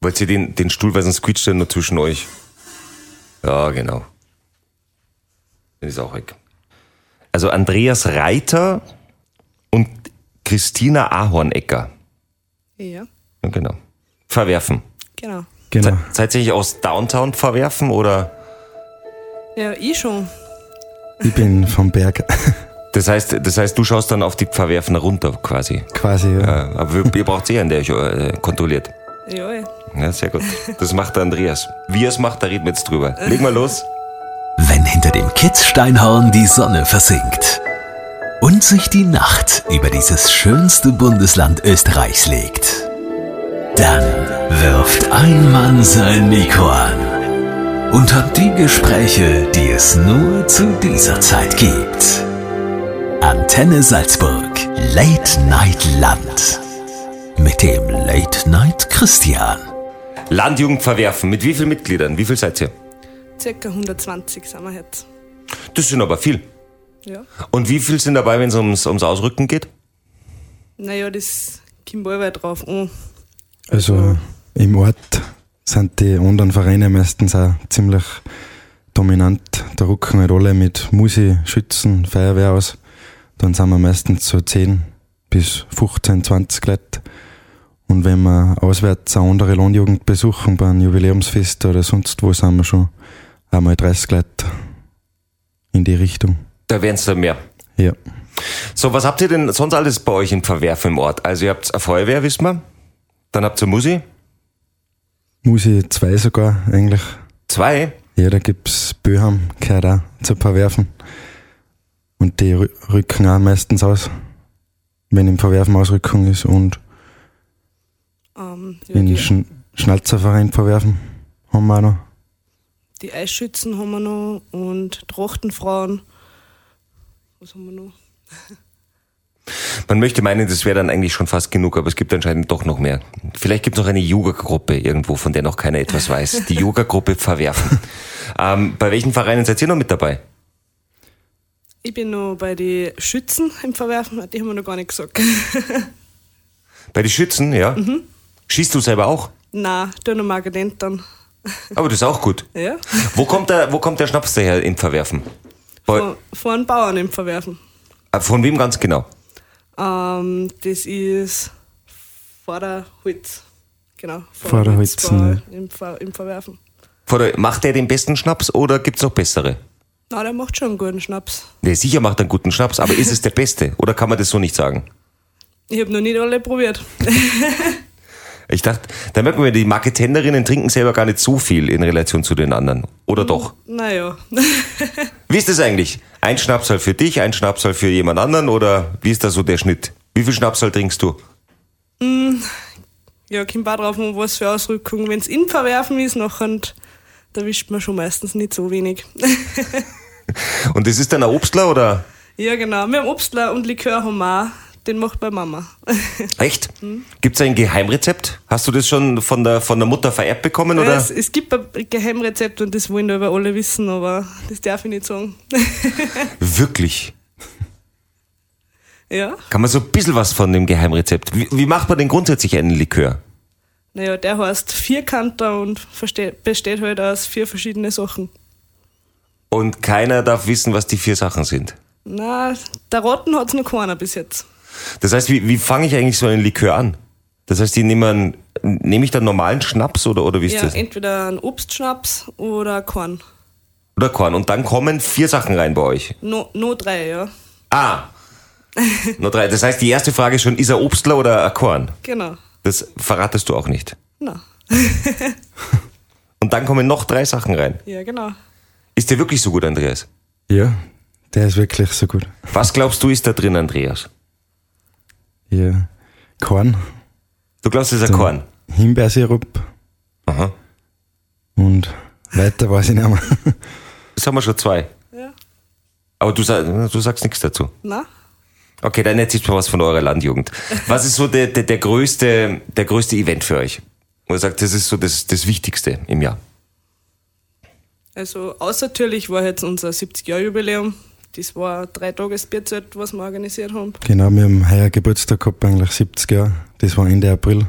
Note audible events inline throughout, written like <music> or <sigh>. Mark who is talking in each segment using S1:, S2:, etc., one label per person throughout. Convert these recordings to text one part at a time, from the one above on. S1: Wollt ihr den, den Stuhl, weil sonst quietscht der nur zwischen euch. Ja, genau. Den ist auch weg. Also Andreas Reiter und Christina Ahornecker.
S2: Ja,
S1: Ja, genau. Verwerfen.
S2: genau.
S3: Genau.
S1: Ze- Tatsächlich aus Downtown verwerfen oder?
S2: Ja, ich schon.
S3: Ich bin vom Berg <laughs>
S1: Das heißt, das heißt, du schaust dann auf die Verwerfen runter quasi.
S3: quasi. Ja.
S1: Äh, Aber ihr- ihr braucht eh einen, der euch äh, kontrolliert.
S2: Ja, ey.
S1: Ja, sehr gut. Das macht der Andreas. Wie er es macht, da reden wir jetzt drüber. Leg mal los.
S4: Wenn hinter dem Kitzsteinhorn die Sonne versinkt und sich die Nacht über dieses schönste Bundesland Österreichs legt, dann wirft ein Mann sein Mikro an und hat die Gespräche, die es nur zu dieser Zeit gibt. Antenne Salzburg, Late Night Land mit dem Late Night Christian.
S1: Landjugend verwerfen. Mit wie vielen Mitgliedern? Wie viel seid ihr?
S2: Circa 120 sind wir jetzt.
S1: Das sind aber viel.
S2: Ja.
S1: Und wie viel sind dabei, wenn es ums, ums Ausrücken geht?
S2: Naja, das kommt allweil drauf an.
S3: Also im Ort sind die anderen Vereine meistens auch ziemlich dominant. Da rücken halt alle mit Musi, Schützen, Feuerwehr aus. Dann sind wir meistens so 10 bis 15, 20 Leute. Und wenn wir auswärts eine andere Landjugend besuchen, bei einem Jubiläumsfest oder sonst wo, sind wir schon einmal 30 Leute in die Richtung.
S1: Da wären es dann mehr.
S3: Ja.
S1: So, was habt ihr denn sonst alles bei euch im Verwerfen im Ort? Also ihr habt eine Feuerwehr, wisst man. Dann habt ihr Musi.
S3: Musi 2 sogar eigentlich.
S1: Zwei.
S3: Ja, da gibt's Böham, gehört auch zu Verwerfen. Und die rü- rücken auch meistens aus, wenn im Verwerfen Ausrückung ist und
S2: Ähm, ja,
S3: in den
S2: die,
S3: Schn Schnalzerverein verwerfen haben wir auch noch.
S2: die Eisschützen haben wir noch und Trachtenfrauen. Was haben wir noch?
S1: Man möchte meinen, das wäre dann eigentlich schon fast genug, aber es gibt anscheinend doch noch mehr. Vielleicht gibt es noch eine Yoga-Gruppe irgendwo, von der noch keiner etwas weiß. Die Yoga-Gruppe <laughs> verwerfen. ähm, bei welchen Vereinen seid ihr noch mit dabei?
S2: Ich bin noch bei den Schützen im Verwerfen, die haben wir noch gar nicht gesagt. <laughs>
S1: Bei den Schützen, ja? Schießt du selber auch?
S2: Nein, da noch Margadent dann.
S1: Aber das ist auch gut.
S2: <laughs> Ja?
S1: Wo kommt der, wo kommt der Schnaps daher im Verwerfen? Bei,
S2: Von, von Bauern im Verwerfen.
S1: äh, von wem ganz genau?
S2: Ähm, das ist Vorderholz. Genau.
S3: Vorderholz,
S2: Vorderholz bei- im, Ver im Verwerfen.
S1: Von der, macht der den besten Schnaps oder gibt's noch bessere?
S2: Na, der macht schon einen guten Schnaps.
S1: Nee, sicher macht er einen guten Schnaps, aber ist es der beste? Oder kann man das so nicht sagen?
S2: Ich habe noch nicht alle probiert. <laughs>
S1: Ich dachte, da merkt man, die Marketenderinnen trinken selber gar nicht so viel in Relation zu den anderen. Oder doch?
S2: naja.
S1: Wie ist das eigentlich? Ein Schnapsal für dich, ein Schnapsal für jemand anderen oder wie ist da so der Schnitt? Wie viel Schnapsal trinkst du?
S2: <laughs> ja, kommt auch drauf an, was für Ausrückungen. Wenn es im Verwerfen ist, nachher, und da wischt man schon meistens nicht so wenig. <laughs>
S1: Und das ist dann ein Obstler oder?
S2: ja, genau. Wir haben Obstler und Likör haben wir auch. Den macht bei Mama. <laughs>
S1: Echt? Gibt's ein Geheimrezept? Hast du das schon von der, von der Mutter vererbt bekommen oder?
S2: es, es gibt ein Geheimrezept und das wollen da über alle wissen, aber das darf ich nicht sagen. <laughs>
S1: Wirklich?
S2: ja.
S1: Kann man so ein bisschen was von dem Geheimrezept? Wie, wie macht man denn grundsätzlich einen Likör?
S2: Naja, der heißt Vierkanter und verste- besteht halt aus vier verschiedene Sachen.
S1: Und keiner darf wissen, was die vier Sachen sind.
S2: Na, der Rotten hat's noch keiner bis jetzt.
S1: Das heißt, wie, wie fange ich eigentlich so einen Likör an? Das heißt, die nehmen, nehme ich dann normalen Schnaps oder, oder wie ist
S2: ja,
S1: das?
S2: entweder ein Obstschnaps oder Korn.
S1: Oder Korn. Und dann kommen vier Sachen rein bei euch.
S2: No, no drei, ja.
S1: Ah. Nur drei. Das heißt, die erste Frage ist schon, ist er Obstler oder ein Korn?
S2: Genau.
S1: Das verratest du auch nicht.
S2: Na,
S1: Und dann kommen noch drei Sachen rein.
S2: ja, genau.
S1: Ist der wirklich so gut, Andreas?
S3: Ja, der ist wirklich so gut.
S1: Was glaubst du, ist da drin, Andreas?
S3: Ja. Korn,
S1: Du glaubst, es ist ein Korn.
S3: Himbeersirup
S1: Aha.
S3: und weiter weiß ich nicht mehr.
S1: Das haben wir schon zwei.
S2: Ja.
S1: Aber du, sa- du sagst nichts dazu.
S2: Na,
S1: Okay, dann erzählst du mal was von eurer Landjugend. Was ist so der, der, der, größte, der größte Event für euch? Wo ihr sagt, das ist so das, das Wichtigste im Jahr.
S2: also außertürlich war jetzt unser 70-Jahr-Jubiläum. Das war ein Drei-Tages-Bierzelt, was wir organisiert haben.
S3: Genau, wir haben heuer Geburtstag gehabt, eigentlich 70 Jahre. Das war Ende April.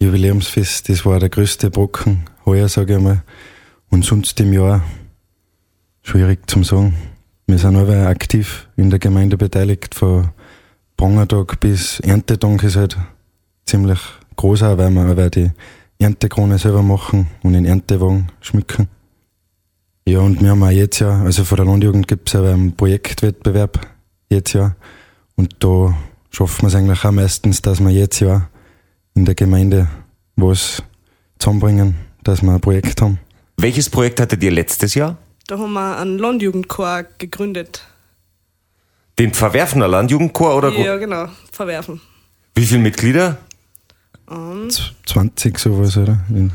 S3: Jubiläumsfest, das war der größte Brocken heuer, sage ich mal. Und sonst im Jahr schwierig zum sagen. Wir sind aber aktiv in der Gemeinde beteiligt, von Prangertag bis Erntetag ist halt ziemlich groß auch, weil wir aber die Erntekrone selber machen und den Erntewagen schmücken. Ja, und wir haben auch jetzt ja, also von der Landjugend gibt's ja einen Projektwettbewerb jetzt ja. Und da schaffen wir es eigentlich auch meistens, dass wir jetzt ja in der Gemeinde was zusammenbringen, dass wir ein Projekt haben.
S1: Welches Projekt hattet ihr letztes Jahr?
S2: Da haben wir einen Landjugendchor gegründet.
S1: Den Verwerfener Landjugendchor oder
S2: Ja, genau. Verwerfen.
S1: wie viele Mitglieder?
S3: Z- 20 sowas, oder? In-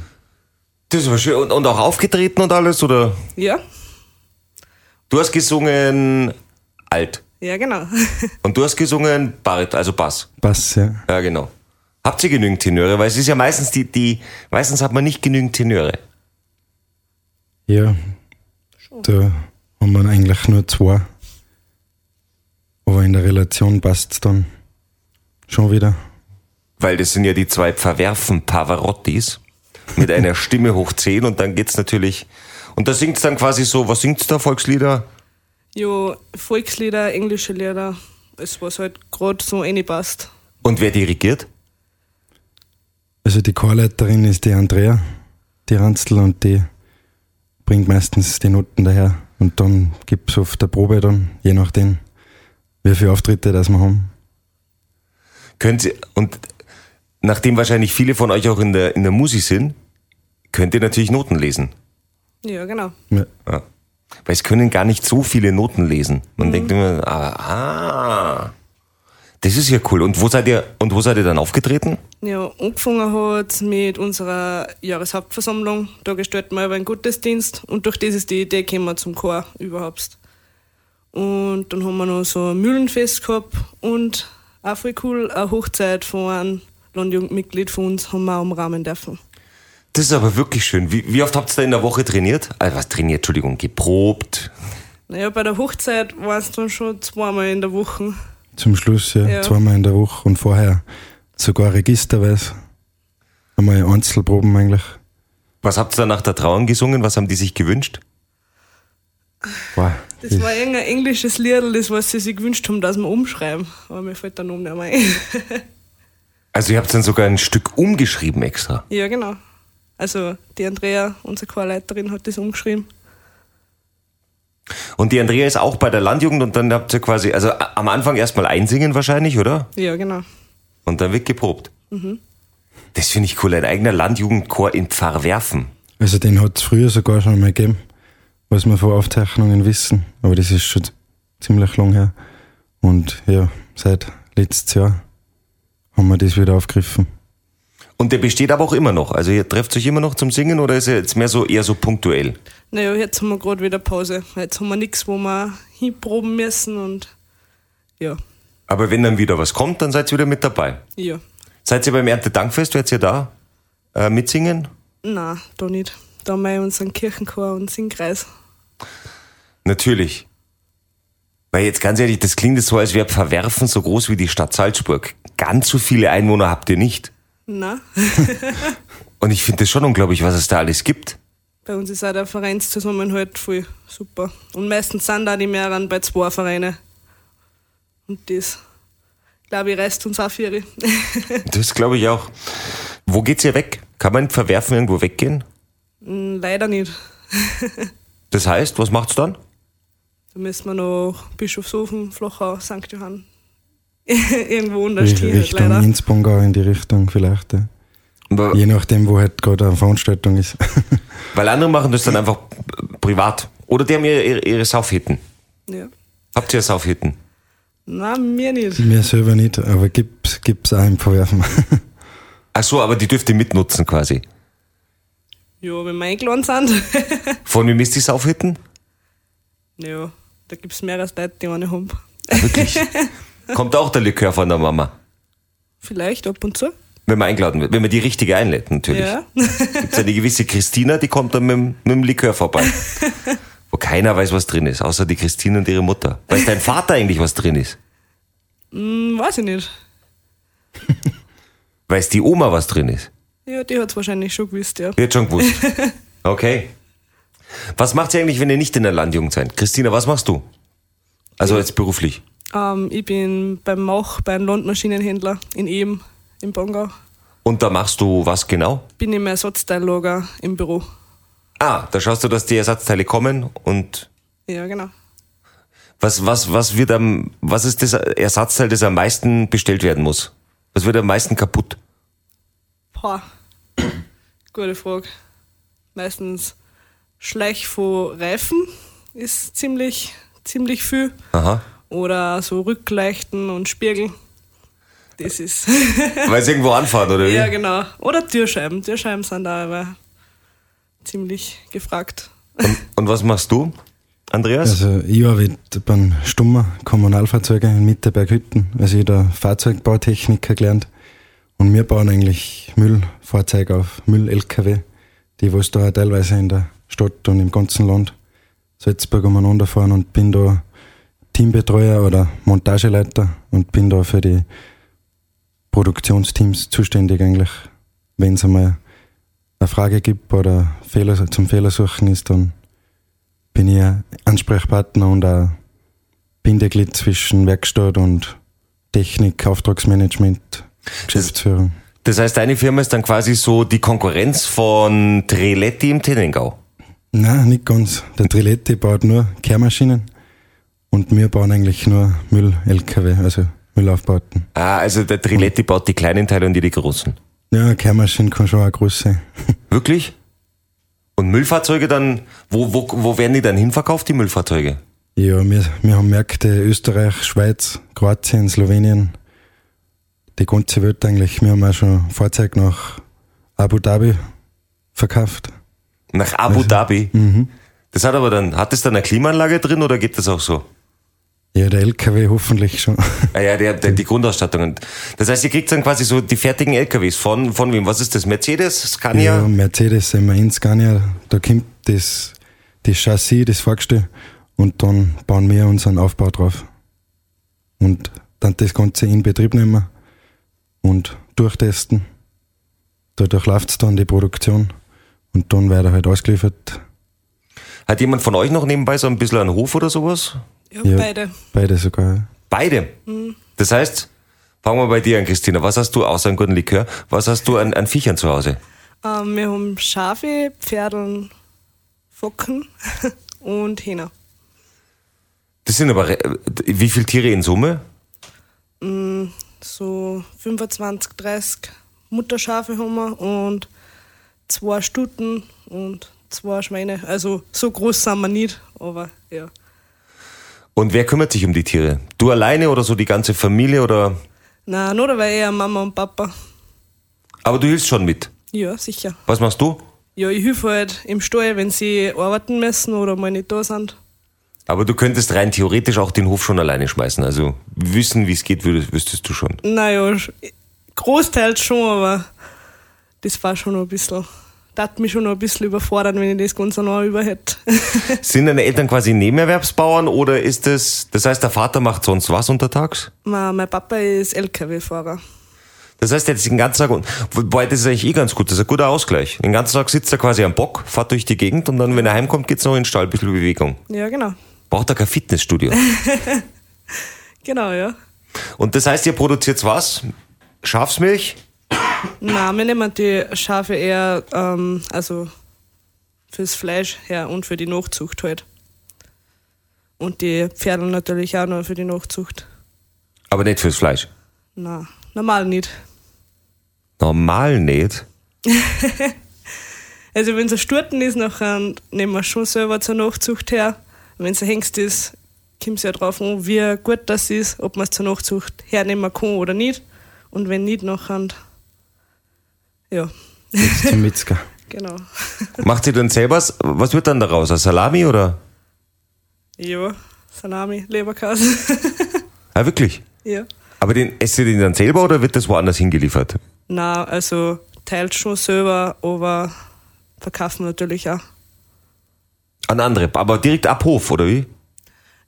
S1: Das ist aber schön. Und, und auch aufgetreten und alles, oder?
S2: Ja?
S1: Du hast gesungen alt.
S2: Ja, genau. <laughs>
S1: Und du hast gesungen Barit, also Bass.
S3: Bass, ja.
S1: Ja, genau. Habt ihr genügend Tenöre? Weil es ist ja meistens die, die, meistens hat man nicht genügend Tenöre.
S3: Ja, da haben wir eigentlich nur zwei. Aber in der Relation passt's dann schon wieder.
S1: Weil das sind ja die zwei verwerfen Pavarottis mit einer Stimme hoch 10 und dann geht's natürlich, und da singt's dann quasi so, was singt's da, Volkslieder?
S2: Jo, Volkslieder, englische Lieder. Es was halt gerade so passt.
S1: Und wer dirigiert?
S3: Also die Chorleiterin ist die Andrea, die Ranzl, und die bringt meistens die Noten daher. Und dann gibt's oft eine Probe dann, je nachdem, wie viele Auftritte das wir haben.
S1: Könnt ihr, und nachdem wahrscheinlich viele von euch auch in der, in der Musik sind, könnt ihr natürlich Noten lesen.
S2: Ja, genau.
S3: Ja.
S1: Ja. Weil es können gar nicht so viele Noten lesen. Man denkt immer, ah, ah, das ist ja cool. Und wo seid ihr, und wo seid ihr dann aufgetreten?
S2: Ja, angefangen hat mit unserer Jahreshauptversammlung. Da gestalten wir aber einen Gottesdienst und durch das ist die Idee gekommen zum Chor überhaupt. Und dann haben wir noch so ein Mühlenfest gehabt und auch voll cool, eine Hochzeit von einem Landjugendmitglied von uns haben wir auch umrahmen dürfen.
S1: Das ist aber wirklich schön. Wie, wie oft habt ihr da in der Woche trainiert? Also was trainiert, Entschuldigung, geprobt.
S2: Naja, bei der Hochzeit war es dann schon zweimal in der Woche.
S3: Zum Schluss, ja,
S2: Ja.
S3: zweimal in der Woche und vorher sogar registerweise. Einmal Einzelproben eigentlich.
S1: Was habt ihr dann nach der Trauung gesungen? Was haben die sich gewünscht?
S3: Wow.
S2: Das war irgendein englisches Lied, das was sie sich gewünscht haben, dass wir umschreiben. Aber mir fällt der Name nicht mehr ein. <laughs>
S1: Also ihr habt dann sogar ein Stück umgeschrieben extra.
S2: ja, genau. Also die Andrea, unsere Chorleiterin, hat das umgeschrieben.
S1: Und die Andrea ist auch bei der Landjugend und dann habt ihr quasi, also a- am Anfang erstmal einsingen wahrscheinlich, oder?
S2: Ja, genau.
S1: Und dann wird geprobt. Das finde ich cool. Ein eigener Landjugendchor in Pfarrwerfen.
S3: Also den hat es früher sogar schon mal gegeben, was wir von Aufzeichnungen wissen. Aber das ist schon ziemlich lang her. Und ja, seit letztes Jahr haben wir das wieder aufgegriffen.
S1: Und der besteht aber auch immer noch. Also ihr trefft euch immer noch zum Singen oder ist er jetzt mehr so eher so punktuell?
S2: Naja, jetzt haben wir gerade wieder Pause. Jetzt haben wir nichts, wo wir hinproben müssen und ja,
S1: Aber wenn dann wieder was kommt, dann seid ihr wieder mit dabei.
S2: ja.
S1: Seid ihr beim Erntedankfest, werdet ihr da äh, mitsingen?
S2: Na, da nicht. Da haben wir unseren Kirchenchor und Singkreis.
S1: Natürlich. Weil jetzt ganz ehrlich, das klingt jetzt so, als wäre Verwerfen so groß wie die Stadt Salzburg. Ganz so viele Einwohner habt ihr nicht.
S2: Na,
S1: Und ich finde das schon unglaublich, was es da alles gibt.
S2: bei uns ist auch der Vereinszusammenhalt voll super. Und meistens sind da die mehreren bei zwei Vereinen. Und das, glaube ich, reißt uns auch viel.
S1: Das glaube ich auch. Wo geht's hier weg? Kann man Verwerfen irgendwo weggehen?
S2: <laughs> Leider nicht.
S1: Das heißt, was macht's dann?
S2: Da müssen wir noch Bischofshofen, Flochau, St. Johann. <laughs> Irgendwo unterstehen, halt
S3: Richtung
S2: leider.
S3: Innsbruck in die Richtung vielleicht. Ja. Je nachdem, wo halt gerade eine Veranstaltung ist. <laughs>
S1: Weil andere machen das dann einfach äh, privat. Oder die haben ihre, ihre, ihre Saufhitten.
S2: Ja.
S1: Habt ihr Saufhitten?
S2: Na, mir nicht.
S3: Mir selber nicht, aber gibt's, gibt's auch im Verwerfen.
S1: Ach so, aber die dürft ihr mitnutzen quasi.
S2: Ja, wenn wir eingeladen sind. <laughs>
S1: Von wem ist die Saufhitten?
S2: ja, da gibt es mehr als Leute, die eine haben.
S1: Wirklich? Kommt auch der Likör von der Mama.
S2: Vielleicht ab und zu.
S1: Wenn man eingeladen wird. Wenn man die richtige einlädt, natürlich.
S2: Ja. <laughs>
S1: Gibt's eine gewisse Christina, die kommt dann mit, dem- mit dem Likör vorbei. Wo keiner weiß, was drin ist, außer die Christina und ihre Mutter. Weiß dein Vater eigentlich, was drin ist?
S2: Hm, weiß ich nicht.
S1: Weiß die Oma, was drin ist?
S2: Ja, die hat es wahrscheinlich schon gewusst, ja.
S1: Wird schon gewusst. Okay. Was macht ihr eigentlich, wenn ihr nicht in der Landjugend seid? Christina, was machst du? Also jetzt beruflich.
S2: Ähm, ich bin beim Mauch bei einem Landmaschinenhändler in Ehm, im Bongau.
S1: Und da machst du was genau?
S2: Bin im Ersatzteillager im Büro.
S1: Ah, da schaust du, dass die Ersatzteile kommen und
S2: Ja, genau.
S1: was, was, was wird am, was ist das Ersatzteil, das am meisten bestellt werden muss? Was wird am meisten kaputt?
S2: Boah. <coughs> Gute Frage. Meistens Schleich von Reifen ist ziemlich, ziemlich viel.
S1: Aha.
S2: Oder so Rückleuchten und Spiegel. Das ist.
S1: Weil sie irgendwo anfahren, oder wie?
S2: ja, genau. Oder Türscheiben. Türscheiben sind da aber ziemlich gefragt.
S1: und, und was machst du, Andreas?
S3: Also ich arbeite beim Stummer Kommunalfahrzeuge in Mitterberghütten. Also ich hab da Fahrzeugbautechniker gelernt. Und wir bauen eigentlich Müllfahrzeuge auf, Müll-LKW, die was da teilweise in der Stadt und im ganzen Land Salzburg umeinander fahren und bin da Teambetreuer oder Montageleiter und bin da für die Produktionsteams zuständig eigentlich. Wenn es einmal eine Frage gibt oder Fehler, zum Fehlersuchen ist, dann bin ich ein Ansprechpartner und ein Bindeglied zwischen Werkstatt und Technik, Auftragsmanagement, Geschäftsführung.
S1: Das heißt, deine Firma ist dann quasi so die Konkurrenz von Triletti im Tennengau.
S3: Nein, nicht ganz. Der Triletti baut nur Kehrmaschinen und wir bauen eigentlich nur Müll-LKW, also Müllaufbauten.
S1: Ah, also der Triletti baut die kleinen Teile und die, die großen.
S3: Ja, Kehrmaschinen kann schon auch groß sein.
S1: Wirklich? Und Müllfahrzeuge dann, wo, wo, wo werden die dann hinverkauft, die Müllfahrzeuge?
S3: Ja, wir, wir haben Märkte Österreich, Schweiz, Kroatien, Slowenien, die ganze Welt eigentlich. Wir haben auch schon Fahrzeuge nach Abu Dhabi verkauft.
S1: Nach Abu Dhabi? Das hat aber dann, hat das dann eine Klimaanlage drin oder geht das auch so?
S3: Ja, der LKW hoffentlich schon.
S1: Ah ja, der, der, die Grundausstattung. Das heißt, ihr kriegt dann quasi so die fertigen LKWs von, von wem? Was ist das? Mercedes,
S3: Ja,
S1: Scania?
S3: Mercedes, M1 Scania, da kommt das, das Chassis, das Vorgestell und dann bauen wir unseren Aufbau drauf. Und dann das Ganze in Betrieb nehmen und durchtesten. Dadurch läuft dann die Produktion und dann wird er halt ausgeliefert.
S1: Hat jemand von euch noch nebenbei so ein bisschen einen Hof oder sowas?
S2: Ja,
S3: Ja,
S2: beide.
S3: Beide sogar.
S1: Beide. Das heißt, fangen wir bei dir an, Christina. Was hast du außer einem guten Likör? Was hast du an, an Viechern zu Hause?
S2: Ähm, wir haben Schafe, Pferdeln, Focken <laughs> und Hähner.
S1: Das sind aber, re- wie viele Tiere in Summe?
S2: So 25, 30 Mutterschafe haben wir und zwei Stuten und zwei Schweine. Also so groß sind wir nicht, aber ja.
S1: Und wer kümmert sich um die Tiere? Du alleine oder so die ganze Familie oder?
S2: Na, nur dabei eher Mama und Papa.
S1: Aber du hilfst schon mit.
S2: Ja, sicher.
S1: Was machst du?
S2: Ja, ich helfe halt im Stall, wenn sie arbeiten müssen oder mal nicht da sind.
S1: Aber du könntest rein theoretisch auch den Hof schon alleine schmeißen. Also wissen, wie es geht, würdest, wüsstest du schon.
S2: Naja, sch- großteils schon, aber das war schon noch ein bisschen. Tat mich schon noch ein bisschen überfordern, wenn ich das genau Ganze noch über hätte.
S1: Sind deine Eltern quasi Nebenerwerbsbauern oder ist es, das heißt, der Vater macht sonst was untertags?
S2: <laughs> Ma- mein Papa ist LKW-Fahrer.
S1: Das heißt, er ist den ganzen Tag, und- wobei das ist eigentlich eh ganz gut, das ist ein guter Ausgleich. Den ganzen Tag sitzt er quasi am Bock, fährt durch die Gegend und dann, wenn er heimkommt, geht's noch in den Stall, ein bisschen Bewegung.
S2: Ja, genau.
S1: Braucht er kein Fitnessstudio.
S2: Genau, ja.
S1: Und das heißt, ihr produziert was? Schafsmilch?
S2: Na, wir nehmen die Schafe eher, ähm, also fürs Fleisch her und für die Nachzucht halt. Und die Pferde natürlich auch noch für die Nachzucht.
S1: Aber nicht fürs Fleisch.
S2: Na, normal nicht.
S1: Normal nicht.
S2: Also wenn es ein Sturten ist, nachher nehmen wir schon selber zur Nachzucht her. Wenn es ein Hengst ist, kommt es ja drauf an, wie gut das ist, ob man es zur Nachzucht hernehmen kann oder nicht. Und wenn nicht, nachher. Ja,
S3: Jetzt zum Metzger.
S2: genau. <laughs>
S1: Macht ihr dann selber, was wird dann daraus? Ein Salami oder?
S2: Ja, Salami, Leberkäse. <laughs>
S1: Ah, wirklich?
S2: ja.
S1: Aber den, esst ihr den dann selber oder wird das woanders hingeliefert?
S2: Na, also teilt schon selber, aber verkaufen natürlich auch.
S1: An andere, aber direkt ab Hof, oder wie?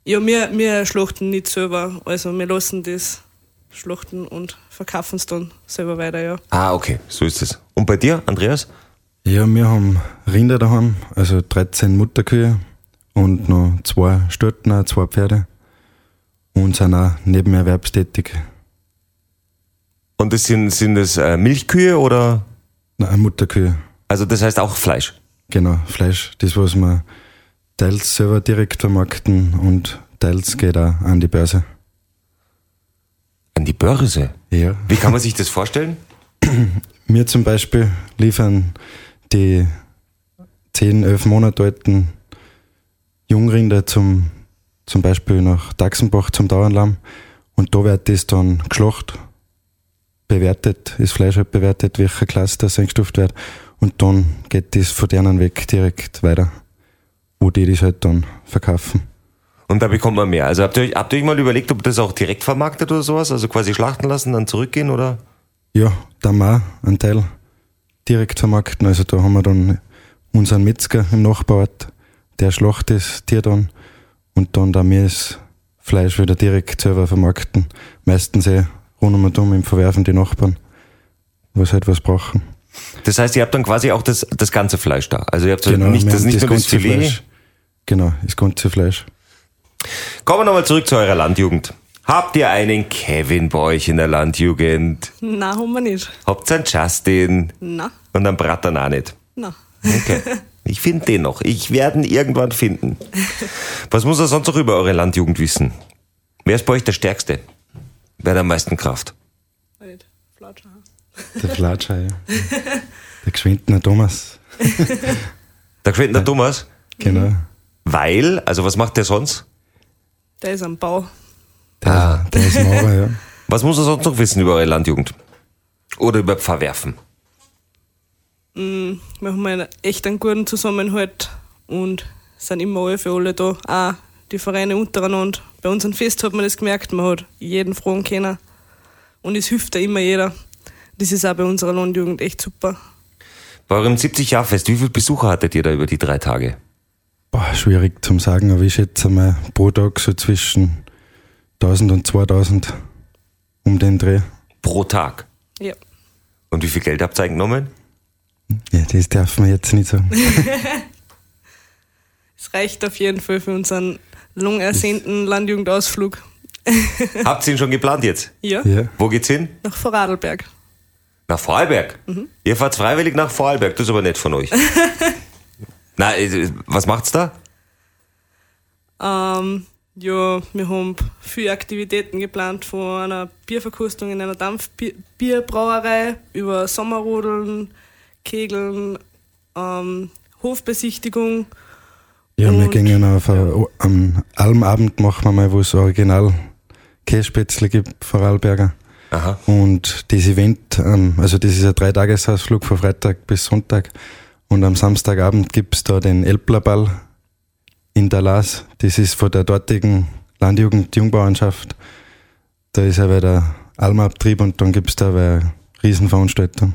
S2: Ja, wir, wir schlachten nicht selber, also wir lassen das schluchten und verkaufen es dann selber weiter, ja.
S1: Ah, okay, so ist es. Und bei dir, Andreas?
S3: Ja, wir haben Rinder daheim, also 13 Mutterkühe und noch zwei Stürtner, zwei Pferde und sind auch nebenerwerbstätig.
S1: Und das sind, sind das äh, Milchkühe oder?
S3: Nein, Mutterkühe,
S1: Also das heißt auch Fleisch.
S3: genau, Fleisch, das was wir teils selber direkt vermarkten und teils geht auch an die Börse.
S1: An die Börse.
S3: Ja.
S1: Wie kann man sich das vorstellen?
S3: Wir zum Beispiel liefern die 10, 11 Monate alten Jungrinder zum, zum Beispiel nach Dachsenbach zum Dauernlamm und da wird das dann geschlacht, bewertet, das Fleisch wird bewertet, welcher Klasse das eingestuft wird und dann geht das von denen weg direkt weiter, wo die das halt dann verkaufen.
S1: Und da bekommt man mehr. Also habt ihr, euch, habt ihr euch mal überlegt, ob das auch direkt vermarktet oder sowas? Also quasi schlachten lassen, dann zurückgehen oder?
S3: Ja, da haben wir auch einen Teil direkt vermarkten. Also da haben wir dann unseren Metzger im Nachbarort, der schlachtet das Tier dann und dann da wir das Fleisch wieder direkt selber vermarkten. Meistens eh rund um und um im Verwerfen die Nachbarn, was halt was brauchen.
S1: Das heißt, ihr habt dann quasi auch das, das ganze Fleisch da. Also ihr habt nicht,
S3: Genau, wir
S1: das
S3: haben
S1: nicht nur das
S3: ganze
S1: Filet.
S3: Fleisch. Genau, das ganze Fleisch.
S1: Kommen wir nochmal zurück zu eurer Landjugend. Habt ihr einen Kevin bei euch in der Landjugend?
S2: Na, haben wir nicht.
S1: Habt ihr einen Justin?
S2: Na,
S1: Und dann Brattern auch nicht.
S2: na.
S1: Okay. Ich finde den noch. Ich werde ihn irgendwann finden. Was muss er sonst noch über eure Landjugend wissen? Wer ist bei euch der Stärkste? Wer hat am meisten Kraft?
S2: Nicht. Halt, Flatscher.
S3: Der Fleischer, ja. Der geschwindene Thomas.
S1: Der Geschwindner Thomas?
S3: Genau.
S1: Weil, also was macht der sonst?
S2: Der ist am Bau.
S3: Der, der ist Maurer, ja.
S1: Was muss er sonst noch wissen über eure Landjugend? Oder über Verwerfen?
S2: Wir haben einen, echt einen guten Zusammenhalt und sind immer alle für alle da. Auch die Vereine untereinander. Bei unserem Fest hat man das gemerkt, man hat jeden fragen können. Und es hilft ja immer jeder. Das ist auch bei unserer Landjugend echt super.
S1: Bei eurem 70-Jahr-Fest, wie viele Besucher hattet ihr da über die drei Tage?
S3: Boah, schwierig zum sagen, aber ich schätze mal pro Tag so zwischen 1000 und 2000 um den Dreh.
S1: Pro Tag.
S2: Ja.
S1: Und wie viel Geld habt ihr eingenommen?
S3: Ja, das darf man jetzt nicht sagen.
S2: Es reicht auf jeden Fall für unseren lang ersehnten Landjugendausflug.
S1: habt ihr ihn schon geplant jetzt?
S2: Ja,
S3: Ja,
S1: Wo geht's hin?
S2: nach Vorarlberg.
S1: Nach Vorarlberg. Ihr fahrt freiwillig nach Vorarlberg, das ist aber nett von euch. Na, äh, was macht's da?
S2: Ähm, ja, wir haben viele Aktivitäten geplant, von einer Bierverkostung in einer Dampfbierbrauerei über Sommerrodeln, Kegeln, ähm, Hofbesichtigung.
S3: ja wir
S2: Und-
S3: gehen auf ein- am Almabend, machen wir mal, wo es original Kässpätzle gibt, Vorarlberger.
S1: Aha.
S3: Und das Event, ähm, also das ist ein Dreitagesausflug von Freitag bis Sonntag. Und am Samstagabend gibt's da den Elblerball in Dallas. Das ist von der dortigen Landjugend Jungbauernschaft. Da ist aber der Almabtrieb und dann gibt's da aber eine Riesenveranstaltung.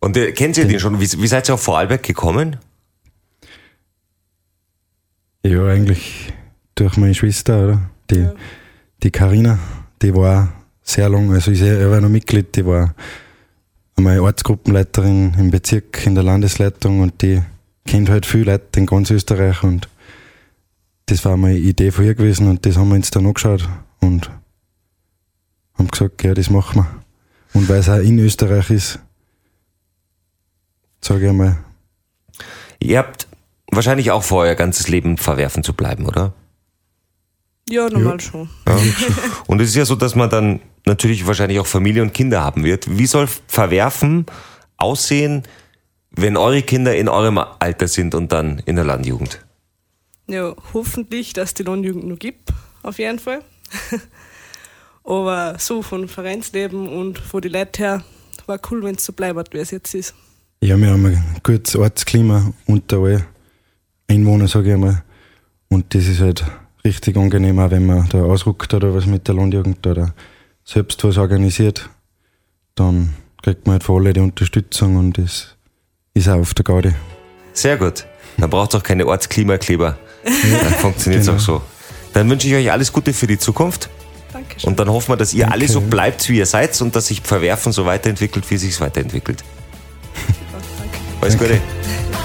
S1: Und äh, kennt ihr den schon? Wie, wie seid ihr auf Vorarlberg gekommen?
S3: Ja, eigentlich durch meine Schwester, oder? Die, die Carina, die war sehr lang, also ich war noch Mitglied, die war einmal Ortsgruppenleiterin im Bezirk in der Landesleitung und die kennt halt viele Leute in ganz Österreich und das war mal eine Idee von ihr gewesen und das haben wir uns dann angeschaut und haben gesagt, ja, das machen wir. Und weil es auch in Österreich ist, sage ich mal,
S1: Ihr habt wahrscheinlich auch vor, euer ganzes Leben verwerfen zu bleiben, oder?
S2: Ja, normal schon.
S1: Und es ist ja so, dass man dann natürlich wahrscheinlich auch Familie und Kinder haben wird. Wie soll Verwerfen aussehen, wenn eure Kinder in eurem Alter sind und dann in der Landjugend?
S2: Ja, hoffentlich, dass die Landjugend noch gibt, auf jeden Fall. <laughs> Aber so von Vereinsleben und von den Leuten her, war cool, wenn es so bleibt, wie es jetzt ist.
S3: Ja, wir haben ein gutes Ortsklima unter allen Einwohnern, sage ich einmal. Und das ist halt richtig angenehm, auch wenn man da ausruckt oder was mit der Landjugend oder selbst was organisiert, dann kriegt man halt von allen die Unterstützung und das ist auch auf der Gaudi.
S1: Sehr gut. Dann braucht es auch keine Ortsklimakleber. Dann funktioniert es
S3: Genau.
S1: auch so. Dann wünsche ich euch alles Gute für die Zukunft.
S2: Dankeschön.
S1: Und dann hoffen wir, dass ihr alle so
S3: Danke.
S1: bleibt, wie ihr seid und dass sich Verwerfen so weiterentwickelt, wie sich weiterentwickelt.
S2: Danke.
S1: Alles Gute.
S3: Danke.